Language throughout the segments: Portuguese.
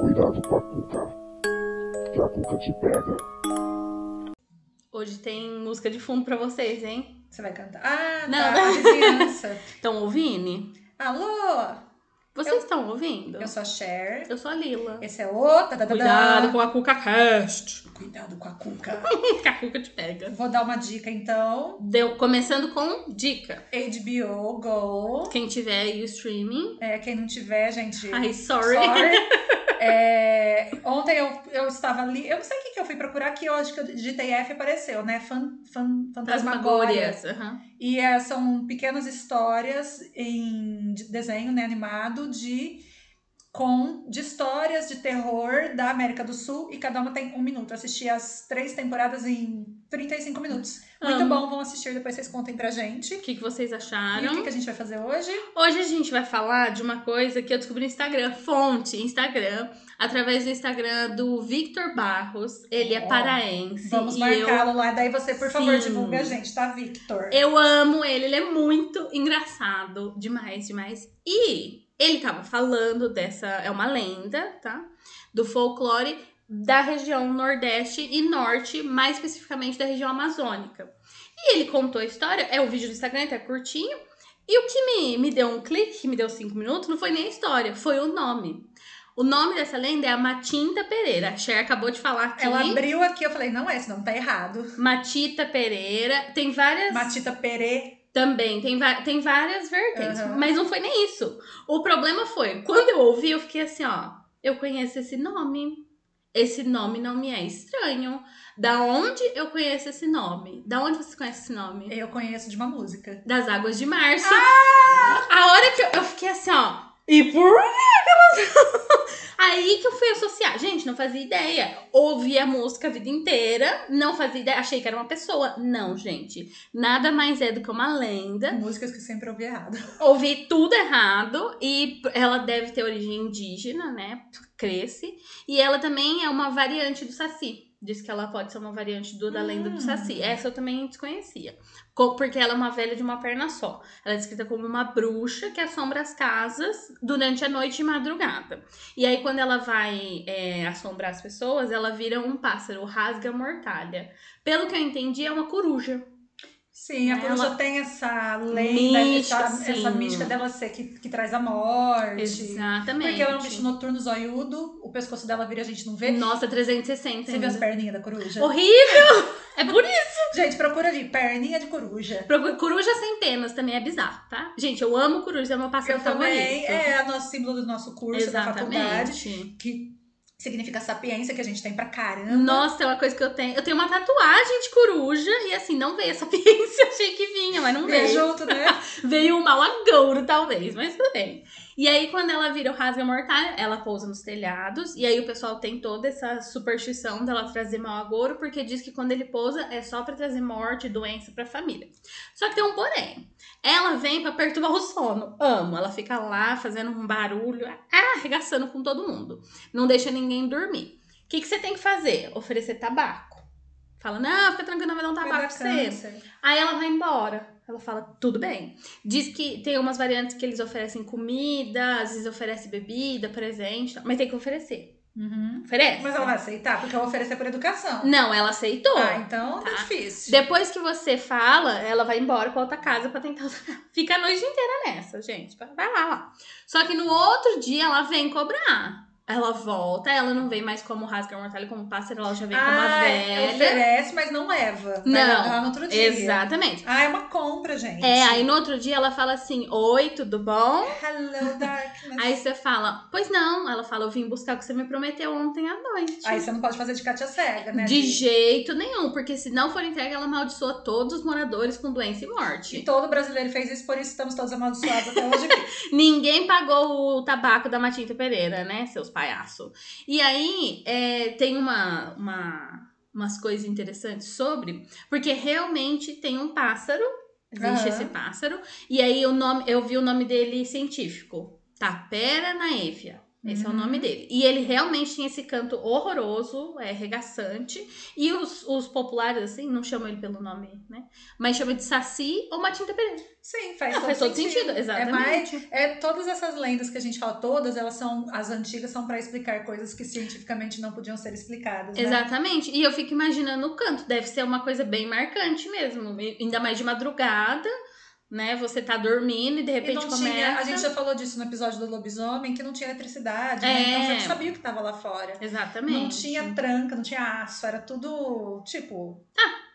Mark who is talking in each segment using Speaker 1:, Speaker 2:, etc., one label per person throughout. Speaker 1: cuidado com a cuca, que a cuca te pega.
Speaker 2: Hoje tem música de fundo pra vocês, hein?
Speaker 3: Você vai cantar? Ah,
Speaker 2: Não,
Speaker 3: tá,
Speaker 2: não.
Speaker 3: a vizinhança.
Speaker 2: Estão ouvindo?
Speaker 3: Alô,
Speaker 2: Vocês estão ouvindo?
Speaker 3: eu sou a Cher.
Speaker 2: Eu sou a Lila.
Speaker 3: Esse é o... tadadadá.
Speaker 2: Cuidado com a Cuca Cast.
Speaker 3: tá. Cuidado com a cuca.
Speaker 2: que a Cuca te pega.
Speaker 3: Vou dar uma dica, então.
Speaker 2: Deu, começando com dica.
Speaker 3: HBO Go.
Speaker 2: Quem tiver aí o streaming.
Speaker 3: É, quem não tiver, gente...
Speaker 2: Ai, sorry.
Speaker 3: É, ontem eu, eu estava ali... Eu não sei o que, que eu fui procurar, que hoje que eu digitei F apareceu, né? Fan, fan, Fantasmagória.
Speaker 2: Fantasmagórias. aham.
Speaker 3: E é, são pequenas histórias em de- desenho né, animado de com de histórias de terror da América do Sul e cada uma tem um minuto. Eu assisti as três temporadas em 35 minutos. Muito
Speaker 2: Amo.
Speaker 3: bom, vão assistir, depois vocês contem pra gente.
Speaker 2: O que, que vocês
Speaker 3: E o que,
Speaker 2: acharam?
Speaker 3: que a gente vai fazer hoje?
Speaker 2: Hoje a gente vai falar de uma coisa que eu descobri no Instagram, fonte Instagram, através do Instagram do Victor Barros. Ele é
Speaker 3: Ó,
Speaker 2: paraense.
Speaker 3: Vamos
Speaker 2: e
Speaker 3: marcá-lo lá, daí você, por favor,
Speaker 2: Sim.
Speaker 3: divulga a gente, tá, Victor?
Speaker 2: Eu amo ele, ele é muito engraçado, demais, demais. E ele tava falando dessa, é uma lenda, tá? Do folclore da região Nordeste e Norte, mais especificamente da região amazônica. E ele contou a história, é o vídeo do Instagram, até curtinho. E o que me, me deu um clique, que me deu cinco minutos, não foi nem a história, foi o nome. O nome dessa lenda é a Matinta Pereira. A Cher acabou de falar aqui.
Speaker 3: Ela abriu aqui, eu falei, não é, esse não tá errado.
Speaker 2: Matita Pereira. Tem várias.
Speaker 3: Matita Perê.
Speaker 2: Também, tem, va- tem várias vertentes,
Speaker 3: Aham.
Speaker 2: mas não foi nem isso. O problema foi, quando eu ouvi, eu fiquei assim, ó, eu conheço esse nome. Esse nome não me é estranho. Da onde eu conheço esse nome? Da onde você conhece esse nome?
Speaker 3: Eu conheço de uma música.
Speaker 2: Das Águas de Março. A hora que eu, eu fiquei assim, ó. Ah! E por Aí que eu fui associar. Gente, não fazia ideia. Ouvi a música a vida inteira, não fazia ideia. Achei que era uma pessoa. Não, gente. Nada mais é do que uma lenda.
Speaker 3: Músicas que eu sempre ouvi errado.
Speaker 2: ouvi tudo errado e ela deve ter origem indígena, né? Cresce. E ela também é uma variante do Saci. Diz que ela pode ser uma variante do, da lenda do
Speaker 3: Hum.
Speaker 2: Saci. Essa eu também desconhecia. Co- Porque ela é uma velha de uma perna só. Ela é descrita como uma bruxa que assombra as casas durante a noite e madrugada. E aí, quando ela vai é, assombrar as pessoas, ela vira um pássaro, rasga mortalha. Pelo que eu entendi, é uma coruja.
Speaker 3: Sim, a
Speaker 2: Ela-
Speaker 3: coruja tem essa lenda,
Speaker 2: Mística,
Speaker 3: essa, essa
Speaker 2: sim.
Speaker 3: mística dela ser que, que traz a morte.
Speaker 2: Exatamente.
Speaker 3: Porque ela é um bicho noturno zoiudo, o pescoço dela vira, a gente não vê.
Speaker 2: Nossa, 360.
Speaker 3: Você viu
Speaker 2: ainda.
Speaker 3: as perninhas da coruja?
Speaker 2: Horrível! É por isso.
Speaker 3: Gente, procura ali, perninha de coruja.
Speaker 2: Procura- Coruja sem penas também é bizarro, tá? Gente, eu amo coruja, é meu pássaro
Speaker 3: Eu também,
Speaker 2: favorito.
Speaker 3: é o nosso símbolo do nosso curso, da faculdade,
Speaker 2: Exatamente.
Speaker 3: que significa sapiência, que a gente tem pra caramba.
Speaker 2: Nossa, é uma coisa que eu tenho. Eu tenho uma tatuagem de coruja e assim, não veio a sapiência. Achei que vinha, mas não
Speaker 3: Vê
Speaker 2: veio.
Speaker 3: junto, né?
Speaker 2: Veio um mal agouro, talvez, mas tudo bem. E aí, quando ela vira o rasga mortalha, ela pousa nos telhados. E aí, o pessoal tem toda essa superstição dela trazer mal agouro, porque diz que quando ele pousa é só pra trazer morte e doença pra família. Só que tem um porém. Ela vem pra perturbar o sono. Amo. Ela fica lá fazendo um barulho, ah, arregaçando com todo mundo. Não deixa ninguém dormir. O que, que você tem que fazer? Oferecer tabaco. Fala, não, fica tranquila, vai dar um
Speaker 3: Vai
Speaker 2: tabaco
Speaker 3: dar
Speaker 2: pra você.
Speaker 3: câncer.
Speaker 2: Aí ela vai embora. Ela fala, tudo bem. Diz que tem umas variantes que eles oferecem comida, às vezes oferece bebida, presente, tal, mas tem que oferecer.
Speaker 3: Uhum.
Speaker 2: Oferece.
Speaker 3: Mas ela vai aceitar, porque eu vou oferecer por educação.
Speaker 2: Não, ela aceitou.
Speaker 3: Ah, então tá,
Speaker 2: Tá.
Speaker 3: difícil.
Speaker 2: Depois que você fala, ela vai embora pra outra casa pra tentar. Fica a noite inteira nessa, gente. Vai lá, lá. Só que no outro dia ela vem cobrar. Ela volta, ela não vem mais como rasga mortalha, como pássaro, ela já vem como uma
Speaker 3: Ah,
Speaker 2: velha.
Speaker 3: Oferece, mas não leva. Vai
Speaker 2: Não.
Speaker 3: levar no outro dia.
Speaker 2: Exatamente.
Speaker 3: Ah, é uma compra, gente.
Speaker 2: É, aí no outro dia ela fala assim: Oi, tudo bom?
Speaker 3: Hello, darkness.
Speaker 2: Aí você fala, pois não. Ela fala, eu vim buscar o que você me prometeu ontem à noite.
Speaker 3: Aí você não pode fazer de Kátia cega, né?
Speaker 2: de jeito nenhum, porque se não for entregue, ela amaldiçoa todos os moradores com doença e
Speaker 3: E
Speaker 2: morte.
Speaker 3: todo brasileiro fez isso, por isso estamos todos amaldiçoados até hoje aqui.
Speaker 2: Ninguém pagou o tabaco da Matinta Pereira, né, seus palhaços. E aí, é, tem uma, uma- umas coisas interessantes sobre, porque realmente tem um pássaro, existe
Speaker 3: Aham.
Speaker 2: esse pássaro, e aí o nome, eu vi o nome dele científico, Tapera naefia. Esse é o nome dele. E ele realmente tinha esse canto horroroso, é, regaçante. E os, os populares, assim, não chamam ele pelo nome, né? Mas chamam de Saci ou Matinta Pereira.
Speaker 3: Sim, faz,
Speaker 2: Não,
Speaker 3: todo,
Speaker 2: Ah, faz todo sentido,
Speaker 3: É
Speaker 2: exatamente.
Speaker 3: mais, é todas essas lendas que a gente fala, todas elas são as antigas são para explicar coisas que cientificamente não podiam ser explicadas. né?
Speaker 2: Exatamente. E eu fico imaginando o canto. Deve ser uma coisa bem marcante mesmo. E- Ainda mais de madrugada, né? Você tá dormindo e de
Speaker 3: E
Speaker 2: repente
Speaker 3: não
Speaker 2: começa.
Speaker 3: tinha, a gente já falou disso no episódio do lobisomem, que não tinha eletricidade,
Speaker 2: É.
Speaker 3: né? então você não sabia o que estava lá fora.
Speaker 2: Exatamente.
Speaker 3: Não tinha tranca, não tinha aço, era tudo tipo,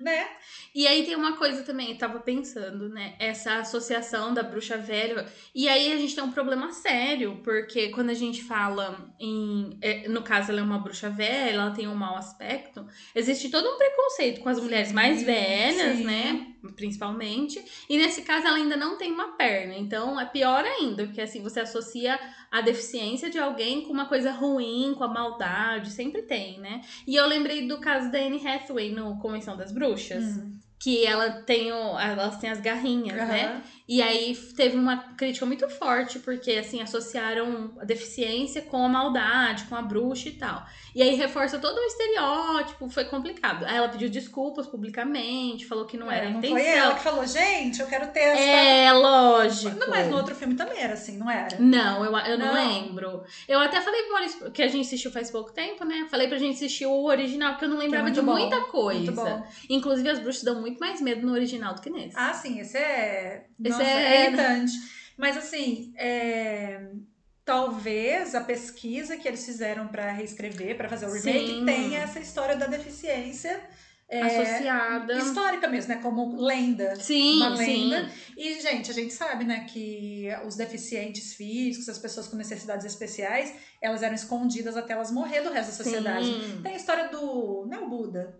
Speaker 3: né?
Speaker 2: E aí tem uma coisa também, eu tava pensando, né? Essa associação da bruxa velha. E aí a gente tem um problema sério, porque quando a gente fala em. é, No caso, ela é uma bruxa velha, ela tem um mau aspecto. Existe todo um preconceito com as mulheres mais
Speaker 3: Sim,
Speaker 2: velhas,
Speaker 3: sim.
Speaker 2: né? Principalmente. E nesse caso, ela ainda não tem uma perna. Então é pior ainda, porque assim, você associa a deficiência de alguém com uma coisa ruim, com a maldade. Sempre tem, né? E eu lembrei do caso da Anne Hathaway no Convenção das Bruxas
Speaker 3: Hum,
Speaker 2: que ela tem o, elas têm as garrinhas, né?
Speaker 3: Uhum. aham.
Speaker 2: E aí teve uma crítica muito forte, porque assim, associaram a deficiência com a maldade, com a bruxa e tal. E aí reforça todo o estereótipo, foi complicado. Aí ela pediu desculpas publicamente, falou que não era a
Speaker 3: É, não
Speaker 2: intenção.
Speaker 3: foi ela que falou, gente, eu quero ter essa. Tipo,
Speaker 2: É, lógico.
Speaker 3: Não, mas no outro filme também era assim, não era?
Speaker 2: Não, eu, eu não,
Speaker 3: Não.
Speaker 2: lembro. Eu até falei pro Maurício, que a gente assistiu faz pouco tempo, né? Falei pra gente assistir o original, porque eu não lembrava
Speaker 3: é muito
Speaker 2: de
Speaker 3: bom,
Speaker 2: muita coisa.
Speaker 3: Muito bom.
Speaker 2: Inclusive, as bruxas dão muito mais medo no original do que nesse.
Speaker 3: Ah, sim, esse é.
Speaker 2: Esse
Speaker 3: Nossa,
Speaker 2: é-
Speaker 3: é irritante. Mas assim, é, talvez a pesquisa que eles fizeram para reescrever, para fazer o remake,
Speaker 2: Sim.
Speaker 3: tenha essa história da deficiência é,
Speaker 2: Associada.
Speaker 3: histórica mesmo, né? Como lenda.
Speaker 2: Sim,
Speaker 3: uma
Speaker 2: sim.
Speaker 3: lenda. E, gente, a gente sabe, né, que os deficientes físicos, as pessoas com necessidades especiais, elas eram escondidas até elas morrer do resto da sociedade.
Speaker 2: Sim.
Speaker 3: Tem a história do. Não é o Buda?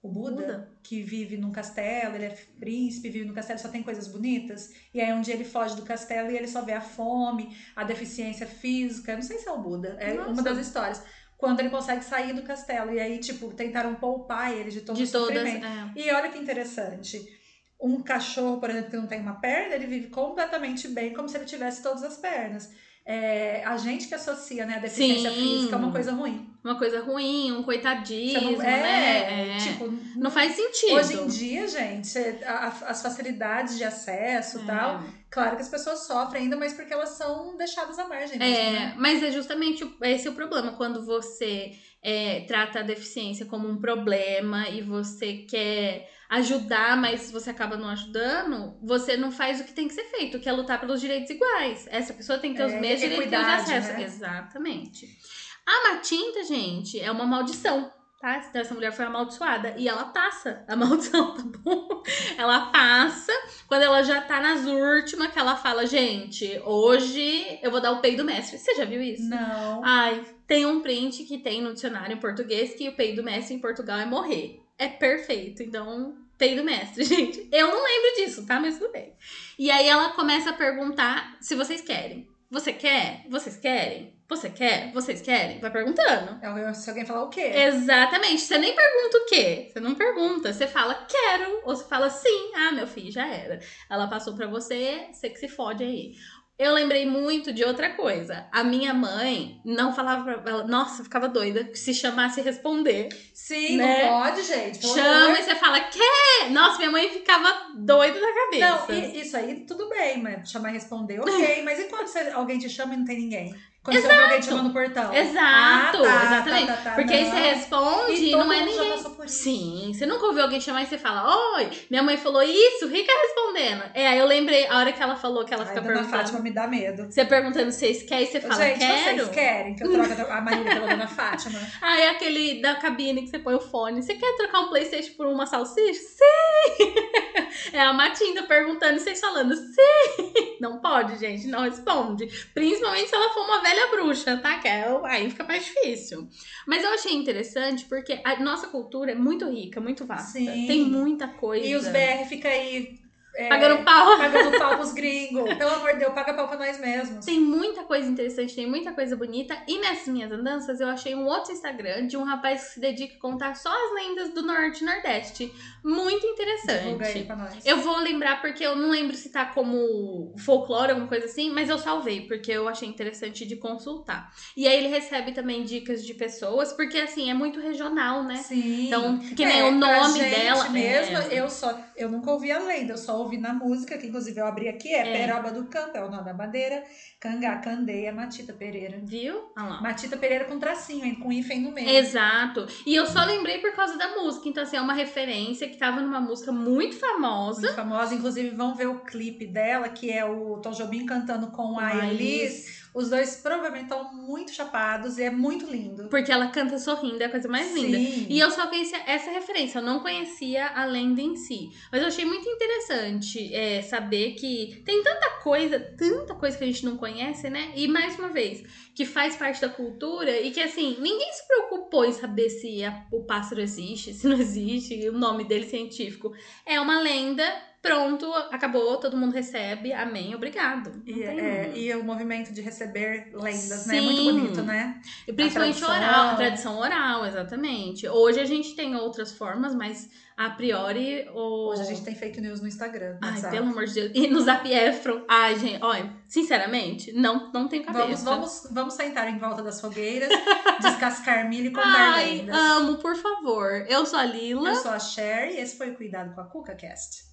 Speaker 3: O Buda,
Speaker 2: Buda?
Speaker 3: que vive num castelo, ele é príncipe, vive num castelo, só tem coisas bonitas. E aí um dia ele foge do castelo e ele só vê a fome, a deficiência física. Não sei se é o Buda, é
Speaker 2: Nossa.
Speaker 3: uma das histórias. Quando ele consegue sair do castelo. E aí, tipo, tentaram poupar ele de todo o
Speaker 2: De todas.
Speaker 3: sofrimento.
Speaker 2: é.
Speaker 3: E olha que interessante. Um cachorro, por exemplo, que não tem uma perna, ele vive completamente bem, como se ele tivesse todas as pernas. É, a gente que associa né, a deficiência
Speaker 2: Sim.
Speaker 3: física a uma coisa ruim.
Speaker 2: Uma coisa ruim, um
Speaker 3: Você
Speaker 2: coitadismo,
Speaker 3: não-
Speaker 2: né? É.
Speaker 3: tipo,
Speaker 2: não faz sentido.
Speaker 3: hoje em dia, gente, você- a- a- as facilidades de
Speaker 2: É.
Speaker 3: acesso e tal, claro que as pessoas sofrem ainda, mas porque elas são deixadas à margem. mesmo, né?
Speaker 2: É, mas é justamente o- esse é o problema. Quando você é, trata a deficiência como um problema e você quer ajudar, mas você acaba não ajudando, você não faz o que tem que ser feito, que é lutar pelos direitos iguais. Essa pessoa tem que ter os
Speaker 3: É,
Speaker 2: mesmos direitos de
Speaker 3: equidade,
Speaker 2: acesso.
Speaker 3: né?
Speaker 2: Exatamente. A matinta, gente, é uma maldição. Tá? Então, essa mulher foi amaldiçoada e ela passa a maldição, tá bom? Ela passa quando ela já tá nas últimas, que ela fala, gente, hoje eu vou dar o peido mestre. Você já viu isso?
Speaker 3: Não.
Speaker 2: Ai, tem um print que tem no dicionário em português que o peido mestre em Portugal é morrer. É perfeito, então peido mestre, gente. Eu não lembro disso, tá? Mas tudo bem. E aí ela começa a perguntar se vocês querem. Você quer? Vocês querem? Você quer? Vocês querem? Vai perguntando.
Speaker 3: Então, Se alguém falar o quê?
Speaker 2: Exatamente. Você nem pergunta o quê? Você não pergunta. Você fala quero ou você fala sim. Ah, meu filho, já era. Ela passou pra você, você que se fode aí. Eu lembrei muito de outra coisa. A minha mãe não falava pra ela, nossa, eu ficava doida que se chamasse responder.
Speaker 3: Sim,
Speaker 2: Né?
Speaker 3: não pode, gente. por favor.
Speaker 2: Chama e você fala quer. Nossa, minha mãe ficava doida da cabeça.
Speaker 3: Não, e- isso aí tudo bem, mas chamar e responder, ok. Mas e quando você- alguém te chama e não tem ninguém? Quando você ouve alguém te chamando no portão?
Speaker 2: Exato,
Speaker 3: Ah, tá,
Speaker 2: exatamente.
Speaker 3: tá, tá, tá,
Speaker 2: Porque aí
Speaker 3: não.
Speaker 2: você responde e,
Speaker 3: E todo
Speaker 2: não é
Speaker 3: mundo assim. já
Speaker 2: ninguém.
Speaker 3: passou por isso.
Speaker 2: Sim, você nunca ouviu alguém chamar e você fala, oi, minha mãe falou isso, Rica respondendo. É, aí eu lembrei, a hora que ela falou que ela
Speaker 3: Ai,
Speaker 2: fica
Speaker 3: dona
Speaker 2: perguntando.
Speaker 3: Fátima me dá medo.
Speaker 2: Você perguntando se vocês querem, você fala,
Speaker 3: gente,
Speaker 2: quero.
Speaker 3: vocês querem que eu troque a Marília pela dona Fátima?
Speaker 2: Aí aquele da cabine que você põe o fone, você quer trocar um Playstation por uma salsicha? Sim! É a Matinda perguntando e vocês falando, sim! Não pode, gente, não responde. Principalmente se ela for uma velha bruxa, tá? Que é- aí fica mais difícil. Mas eu achei interessante porque a nossa cultura é muito rica, muito vasta.
Speaker 3: Sim.
Speaker 2: Tem muita coisa.
Speaker 3: E os BR fica aí é,
Speaker 2: Pagando um pau.
Speaker 3: pagando um pau pros gringos. Pelo amor de Deus, paga pau pra nós mesmos.
Speaker 2: Tem muita coisa interessante, tem muita coisa bonita. E nessas minhas andanças, eu achei um outro Instagram de um rapaz que se dedica a contar só as lendas do Norte e Nordeste. Muito
Speaker 3: Divulga aí
Speaker 2: interessante.
Speaker 3: pra nós.
Speaker 2: Eu vou lembrar porque eu não lembro se tá como folclore, alguma coisa assim, mas eu salvei, porque eu achei interessante de consultar. E aí ele recebe também dicas de pessoas, porque assim, é muito regional, né?
Speaker 3: Sim.
Speaker 2: Então, que nem
Speaker 3: É,
Speaker 2: o
Speaker 3: pra
Speaker 2: nome
Speaker 3: gente
Speaker 2: dela.
Speaker 3: mesmo,
Speaker 2: é,
Speaker 3: eu só eu nunca ouvi a lenda, eu só ouvi na música, que inclusive eu abri aqui, é,
Speaker 2: É.
Speaker 3: Peroba do Campo, é o nó da madeira, Cangá, Candeia, Matita Pereira.
Speaker 2: Viu? Olha lá.
Speaker 3: Matita Pereira com tracinho, hein, com hífen no meio.
Speaker 2: Exato. E eu só lembrei por causa da música. Então, assim, é uma referência que tava numa música muito famosa.
Speaker 3: Muito famosa, inclusive vão ver o clipe dela, que é o Tom Jobim cantando com a Elis. Os dois provavelmente estão muito chapados e é muito lindo.
Speaker 2: Porque ela canta sorrindo, é a coisa mais linda.
Speaker 3: Sim.
Speaker 2: E eu só conhecia essa referência, eu não conhecia a lenda em si. Mas eu achei muito interessante é, saber que tem tanta coisa, tanta coisa que a gente não conhece, né? E mais uma vez, que faz parte da cultura e que assim, ninguém se preocupou em saber se a- o pássaro existe, se não existe, e o nome dele científico. É uma lenda, pronto, acabou, todo mundo recebe, amém, obrigado. Não
Speaker 3: E,
Speaker 2: tem-
Speaker 3: é, e o movimento de receber lendas, né? É
Speaker 2: Sim.
Speaker 3: muito bonito, né?
Speaker 2: E principalmente
Speaker 3: tradição.
Speaker 2: oral, a tradição oral, exatamente. Hoje a gente tem outras formas, mas a priori o...
Speaker 3: Hoje a gente tem fake news no Instagram. no
Speaker 2: Ai,
Speaker 3: WhatsApp.
Speaker 2: pelo amor de Deus. E no Zap Efron. Ai, gente, olha, sinceramente, não, não tenho cabeça.
Speaker 3: Vamos, vamos, vamos sentar em volta das fogueiras, descascar milho e contar
Speaker 2: Ai,
Speaker 3: lendas.
Speaker 2: amo, por favor. Eu sou a Lila.
Speaker 3: Eu sou a Cher e esse foi o Cuidado com a Cuca Cast.